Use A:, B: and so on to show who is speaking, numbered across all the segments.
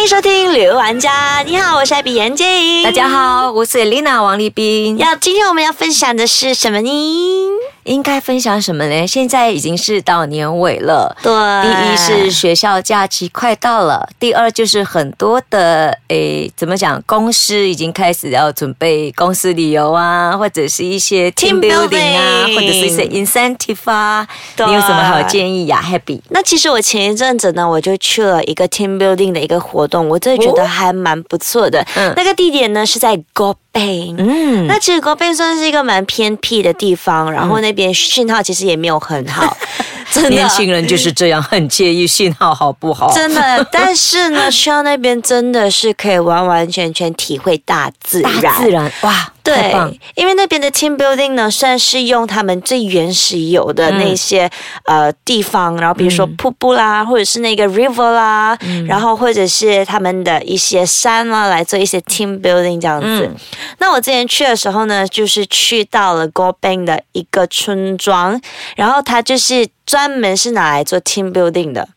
A: 迎收听旅游玩家，你好，我是艾比眼镜。
B: 大家好，我是 Lina 王立斌。
A: 要今天我们要分享的是什么呢？
B: 应该分享什么呢？现在已经是到年尾了。
A: 对，
B: 第一是学校假期快到了，第二就是很多的诶，怎么讲？公司已经开始要准备公司旅游啊，或者是一些
A: Team
B: team building 啊，
A: building
B: 或者是一些 incentive 啊。
A: 对
B: 你有什么好建议呀、h a p p y
A: 那其实我前一阵子呢，我就去了一个 team building 的一个活动，我真的觉得
B: 哦
A: 还蛮不错的。
B: 嗯
A: 那个地点呢是在 g o b e
B: 嗯，
A: 那其实 g o b e 算是一个蛮偏僻的地方，然后那边讯号其实也没有很 好，真的。
B: 年轻人就是这样，很介意信号好不好？
A: 真的，但是呢，去到那边真的是可以完完全全体会大自然。
B: 大自然哇，太
A: 对
B: 棒！，
A: 因为那边的 team building 呢，算是用他们最原始有的那
B: 嗯
A: 些、呃地方，然后比如说瀑布啦，或者是那个 river 啦，
B: 嗯
A: 然后或者是他们的一些山啦，来做一些 team building 这样子。
B: 嗯
A: 那我之前去的时候呢，就是去到了 g o b a n 的一个村庄，然后它就是专门是拿来做 team building 的。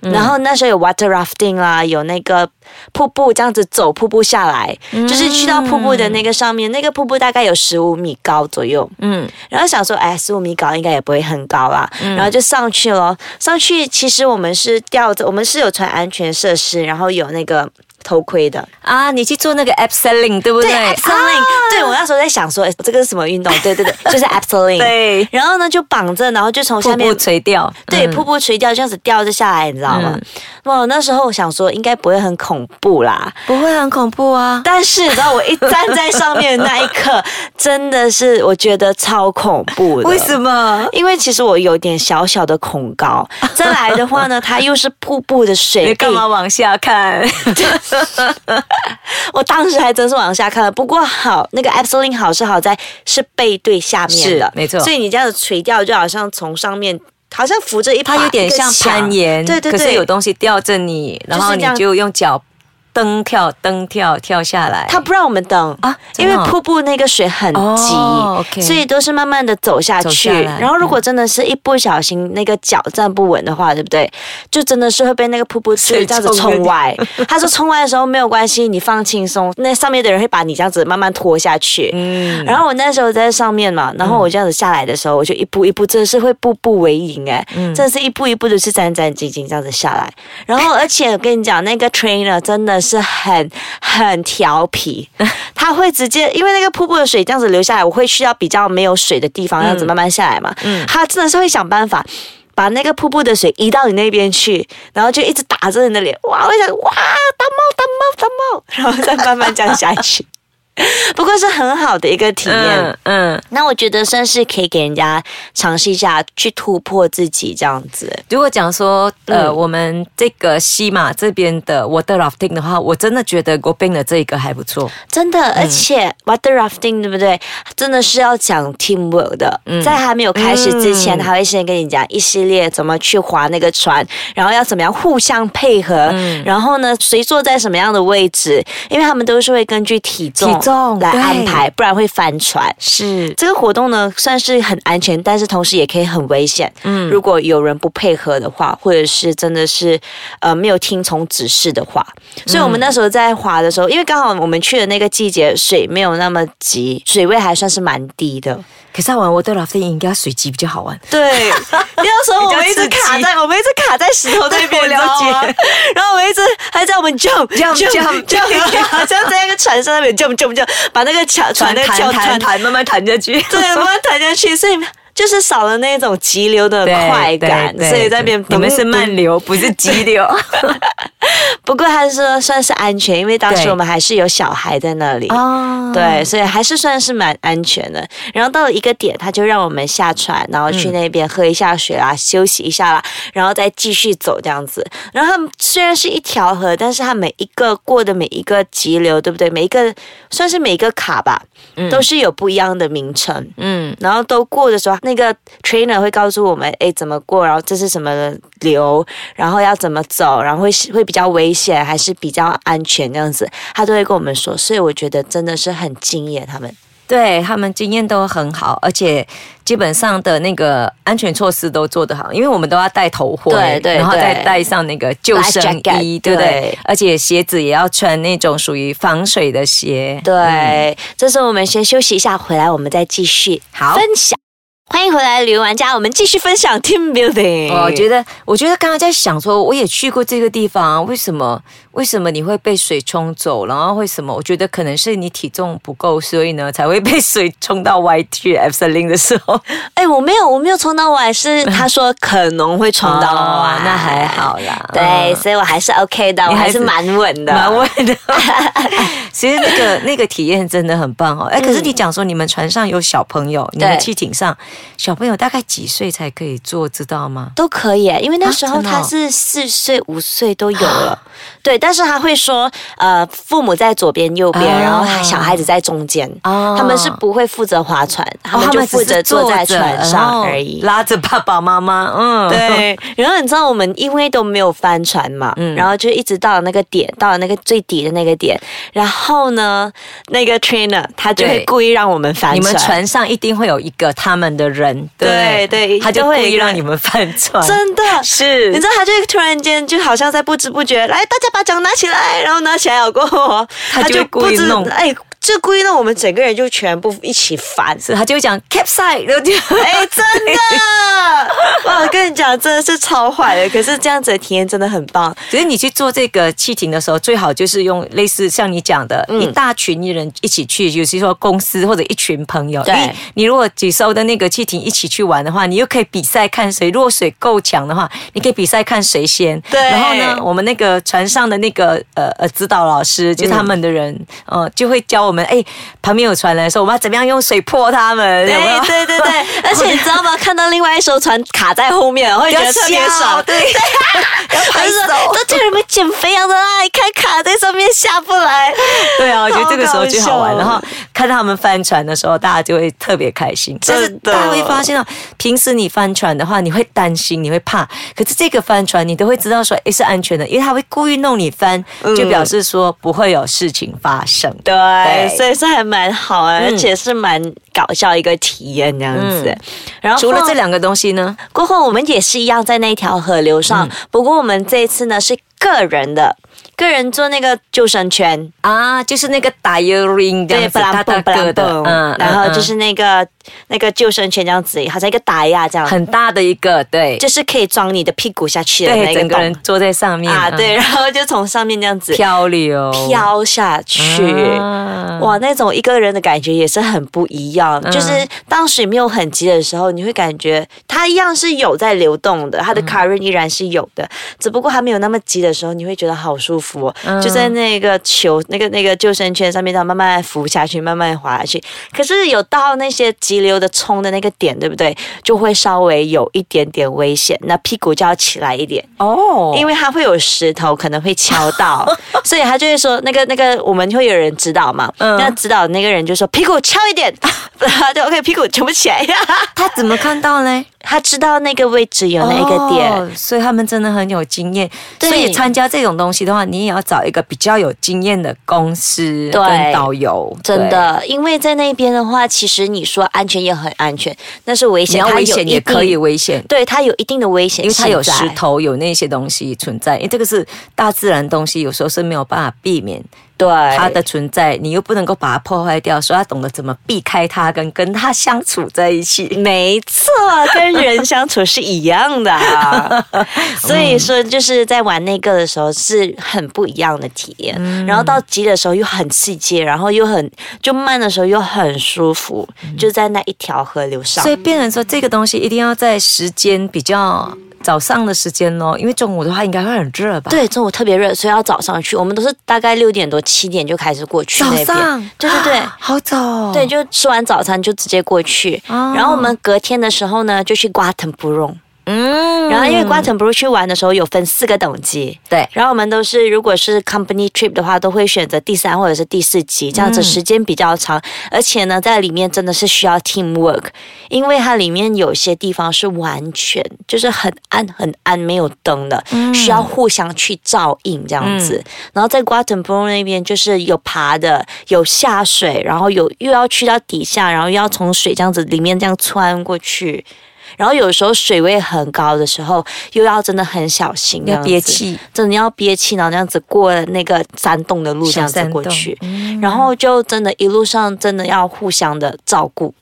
B: 嗯
A: 然后那时候有 water rafting 啦，有那个瀑布这样子走瀑布下来，
B: 嗯
A: 就是去到瀑布的那个上面，那个瀑布大概有十五米高左右。
B: 嗯，
A: 然后想说，哎，十五米高应该也不会很高啦，然后就上去咯。上去其实我们是吊着，我们是有穿安全设施，然后有那个头盔的。
B: 啊，你去做那个 app selling 对不啊对？
A: a b s e l i n 对我那时候在想说，哎，这个是什么运动？对对对，就是 a b s
B: 哎
A: e l i n
B: 对，
A: 然后呢，就绑着，然后就从
B: 瀑
A: 下面
B: 布垂钓，
A: 对，
B: 嗯
A: 瀑布垂钓这样子掉着下来，你知道吗
B: 嗯？
A: 哇、那时候我想说应该不会很恐怖啦，
B: 不会很恐怖啊。
A: 但是你知道我一站在上面的那一刻， 真的是我觉得超恐怖的。
B: 为什？么？
A: 因为其实我有点小小的恐高， 再来的话呢，它又是瀑布的水
B: 你
A: 力，
B: 干嘛往下看？
A: 我当时还真是往下看了，不过好，那个 a b s o l i n 好是好在是背对下面的
B: 是，没错
A: 所以你这样子垂钓，就好像从上面，好像扶着一把，
B: 它有点像
A: 一个墙
B: 攀岩，
A: 对对对，
B: 可是有东西吊着你，然后
A: 就是这
B: 你
A: 样
B: 就用脚蹬跳蹬跳跳下来。
A: 他不让我们等
B: 啊
A: 因
B: 真
A: 为
B: 的哦
A: 瀑布那个水很急，
B: 哦，OK
A: 所以都是慢慢的走下
B: 走
A: 去。
B: 下来嗯
A: 然后如果真的是一不小心那个脚站不稳的话，对不对？就真的是会被那个瀑布就是
B: 水
A: 这样子
B: 冲着
A: 冲 歪。他说冲歪的时候没有关系，你放轻松，那上面的人会把你这样子慢慢拖下去。
B: 嗯，
A: 然后我那时候在上面嘛，然后我这样子下来的时候，我就一步一步，真的是会步步为营哎，真的是一步一步的是战战兢兢这样子下来。然后，而且我跟你讲，那个 trainer 真的是很很调皮，他会直接因为那个瀑布的水这样子流下来，我会去到比较没有水的地方，这样子慢慢下来嘛。他真的是会想办法。把那个瀑布的水移到你那边去，然后就一直打着你的脸，哇！我想，哇，大猫，大猫，大猫，然后再慢慢这样下去。不过是很好的一个体验。
B: 嗯嗯，
A: 那我觉得算是可以给人家尝试一下，去突破自己这样子。
B: 如果讲说呃，
A: 嗯
B: 我们这个西马这边的 water rafting 的话，我真的觉得国宾的这一个还不错。
A: 真的，而且 water rafting 对不对？真的是要讲 teamwork 的。在还没有开始之
B: 嗯
A: 前，他会先跟你讲一系列怎么去划那个船，然后要怎么样互相配合，
B: 嗯
A: 然后呢，谁坐在什么样的位置，因为他们都是会根据体重
B: 体重
A: 来
B: 对
A: 安排，不然会翻船。
B: 是，
A: 这个活动呢，算是很安全，但是同时也可以很危险。嗯，如果有人不配合的话，或者是真的是呃没有听从指示的话，所以我们那时候在滑的时候，因为刚好我们去的那个季节水没有那么急，水位还算是蛮低的。
B: 可是玩 water rafting 应该水击比较好玩。
A: 对，那时候我们一直
B: 比较刺激
A: 卡在，我们一直卡在石头那边，
B: 对我
A: 你知道吗
B: 了解？
A: 然 后我一直还叫我们 jump
B: Jump, jump,
A: jump，好 像在那个船上那边 jump jump jump，把那个船船那个
B: 弹
A: 跳
B: 弹弹，啊慢慢弹下去。
A: 对，慢慢弹下去，所以就是少了那种急流的快感，
B: 对对
A: 所以在那边
B: 对你们是
A: 咚
B: 慢流，不是急 流。
A: 咚不过他说算是安全，因为当时
B: 对
A: 我们还是有小孩在那里。
B: 哦
A: 对，所以还是算是蛮安全的。然后到了一个点，他就让我们下船，然后去那边喝一下水啦，休息一下啦，然后再继续走这样子。然后他们虽然是一条河，但是它每一个过的每一个急流，对不对？每一个算是每一个卡吧，都是有不一样的名称。
B: 嗯，
A: 然后都过的时候，那个 trainer 会告诉我们，哎，怎么过，然后这是什么流，然后要怎么走，然后会会比较危险还是比较安全这样子，他都会跟我们说。所以我觉得真的是很敬业他们。
B: 对他们经验都很好，而且基本上的那个安全措施都做得好，因为我们都要戴头盔，
A: 对对
B: 然后
A: 对
B: 再戴上那个救
A: Life
B: 生
A: jacket，
B: 衣，对不对
A: 对？
B: 而且鞋子也要穿那种属于防水的鞋。
A: 对，
B: 嗯
A: 这时候我们先休息一下，回来我们再继续
B: 好
A: 分享。欢迎回来，旅游玩家，我们继续分享 team building。
B: 我哦觉得，我觉得刚刚在想说，我也去过这个地方啊，为什么？为什么你会被水冲走？然后为什么？我觉得可能是你体重不够，所以呢才会被水冲到 Y 去 F 三零的时 候。
A: 哎、我没有，我没有冲到碗， 是他说可能会冲到碗、
B: 哦那还好啦
A: 啊对，
B: 嗯
A: 所以我还是 OK 的，我
B: 你还
A: 还
B: 是
A: 是蛮稳的，
B: 蛮稳 的。其实那个那个体验真的很棒哦。哎，可是你讲说你们船上有小朋友，你们
A: 嗯对
B: 汽艇上小朋友大概几岁才可以坐，知道吗？
A: 都可以耶，因为那
B: 啊
A: 时候
B: 真的哦啊
A: 他是四岁、五岁都有了， 对，但是他会说，呃，父母在左边、右边，
B: 啊
A: 然后他小孩子在中间，
B: 啊哦
A: 他们是不会负责划船，他们就负责坐在船上而已。
B: 拉着爸爸妈妈，嗯，。
A: 对，然后你知道我们因为都没有翻船嘛，
B: 嗯
A: 然后就一直到那个点，到了那个最底的那个点，然后呢，那个 trainer 他就会
B: 对
A: 故意让我们翻船，
B: 你们船上一定会有一个他们的人，
A: 对
B: 不
A: 对
B: 他就
A: 都
B: 故
A: 会有
B: 意
A: 一个
B: 让你们翻船，
A: 真的
B: 是
A: 你知道，他就会突然间就好像在不知不觉，来，大家把奖拿起来，然后拿起来了过后，
B: 他就会
A: 不
B: 故意
A: 知
B: 弄
A: 哎，就故意弄我们整个人就全部一起翻。
B: 是他就会讲 capsize，然后就
A: 哎，真的，哇！我跟你讲，真的是超坏的。可是这样子的体验真的很棒，
B: 只是你去做这个气艇的时候，最好就是用类似像你讲的，
A: 嗯
B: 一大群人一起去，尤其说公司或者一群朋友。
A: 对
B: 因为你如果只收的那个气艇一起去玩的话，你又可以比赛看谁，如果水够强的话，你可以比赛看谁先。
A: 对
B: 然后呢，我们那个船上的那个呃呃指导老
A: 嗯
B: 师，就是他们的人，呃，就会教我们，哎，旁边有船来的时候，我们要怎么样用水泼他们？有没有
A: 哎对对 对对，而且你知道吗？看到另外一艘船卡在后面，会觉得特别爽。
B: 对， 要
A: 他
B: 拍
A: 就说
B: 手。：“
A: 都叫你们减肥样的啦，你看卡在上面下不来。”
B: 对啊，我觉得这个时候最好哦玩。
A: 好搞笑
B: 然后看到他们翻船的时候，大家就会特别开心。
A: 真
B: 就
A: 的
B: 是大家会发现到，平时你翻船的话，你会担心，你会怕。可是这个翻船，你都会知道说，诶，是安全的，因为他会故意弄你翻，就表示说不会有事情发生。
A: 对，
B: 对嗯
A: 所以是还蛮好啊，而且是蛮搞笑一个体验这样子。然后
B: 除了这两个东西呢，
A: 过后，我们也是一样在那条河流上，
B: 嗯
A: 不过我们这一次呢是个人的，个人做那个救生圈，
B: 啊，就是那个打 e a r i n g 这
A: 对，
B: 样子，
A: 不然
B: 大大
A: 蹦不
B: 个
A: 然
B: 的，
A: 蹦，然后就
B: 嗯
A: 是那个、那个救生圈这样子，好像一个打压这样，
B: 很大的一个，对，
A: 就是可以装你的屁股下去的那
B: 对，
A: 个
B: 整个人
A: 洞
B: 坐在上面
A: 啊，对，，然后就从上面这样
B: 嗯
A: 子
B: 漂流，
A: 飘下去。
B: 啊
A: 哇，那种一个人的感觉也是很不一样。就是当水没有很急的时候，你会感觉它一样是有在流动的，它的 current 依然是有的，只不过它没有那么急的时候，你会觉得好舒服、哦，就在那个球、那个那个救生圈上面，它慢慢浮下去，慢慢滑下去。可是有到那些急流的冲的那个点，对不对？就会稍微有一点点危险，那屁股就要起来一点。
B: 哦
A: 因为它会有石头，可能会敲到， 所以他就会说那个那个，我们会有人指导嘛，
B: 嗯
A: 那指导那个人就说屁股敲一点， 然后就 OK，屁股卷不起来。
B: 他怎么看到嘞？
A: 他知道那个位置有那个点，
B: 哦所以他们真的很有经验。
A: 对
B: 所以参加这种东西的话，你也要找一个比较有经验的公司
A: 对
B: 跟导游，
A: 真
B: 对。
A: 的，因为在那边的话，其实你说安全也很安全，但是危
B: 你
A: 险，
B: 要
A: 它
B: 危
A: 有
B: 险
A: 一
B: 也可以
A: 定，
B: 危险，
A: 对，它有一定的危险
B: 因为它有
A: 性在
B: 石头，有那些东西存在。因为这个是大自然东西，有时候是没有办法避免
A: 对
B: 它的存在，你又不能够把它破坏掉，所以要懂得怎么避开它，跟 跟它相处在一起。
A: 没错，啊跟人相处是一样的、 啊，所以说就是在玩那个的时候是很不一样的体验。然后到急的时候又很刺激，然后又很就慢的时候又很舒服，就在那一条河流上
B: 所。以变成说，这个东西一定要在时间比较早上的时间咯，因为中午的话应该会很热吧？
A: 对，中午特别热，所以要早上去。我们都是大概六点多、七点就开始过去
B: 早
A: 那边。
B: 上，
A: 对对对。
B: 好早、哦。
A: 对，就吃完早餐就直接过去，
B: 哦
A: 然后我们隔天的时候呢，就去瓜腾布隆，
B: 嗯嗯
A: 然后因为瓜城不是去玩的时候有分四个等级，
B: 对
A: 然后我们都是如果是 company trip 的话，都会选择第三或者是第四级，这样子时间比较长，而且呢，在里面真的是需要 team work，因为它里面有些地方是完全就是很暗很暗没有灯的，
B: 嗯
A: 需要互相去照应这样子。然后在瓜城波那边就是有爬的，有下水，然后有又要去到底下，然后又要从水这样子里面这样穿过去。然后有时候水位很高的时候，又要真的很小心，
B: 要憋
A: 这样子
B: 气，
A: 真的要憋气，然后那样子过那个山洞的路，
B: 小
A: 这样子
B: 山
A: 过
B: 洞嗯
A: 去，然后就真的一路上真的要互相的照顾，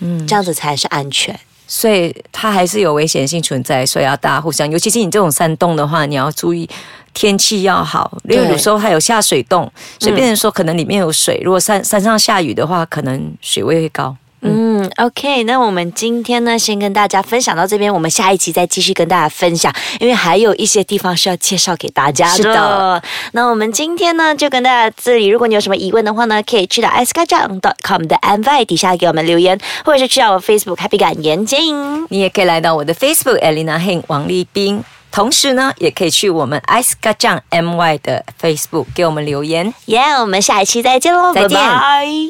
A: 嗯，这样子才是安全。
B: 所以它还是有危险性存在，所以要大家互相，尤其是你这种山洞的话，你要注意天气要好，因为
A: 对
B: 有时候还有下水洞，所以变成说可能里面有水，如果山山上下雨的话，可能水位会高。
A: 嗯，OK，那我们今天呢，先跟大家分享到这边，我们下一集再继续跟大家分享，因为还有一些地方是要介绍给大家的。
B: 是的
A: 那我们今天呢，就跟大家这里，如果你有什么疑问的话呢，可以去到 s k a j a n c o m 的 MY 底下给我们留言，或者是去到我 Facebook Happy 感言经。
B: 你也可以来到我的 Facebook Elena h e n 王丽斌，同时呢，也可以去我们 Ice g a j a n MY 的 Facebook 给我们留言。
A: 耶、我们下一期再见喽，
B: 再见
A: 拜拜。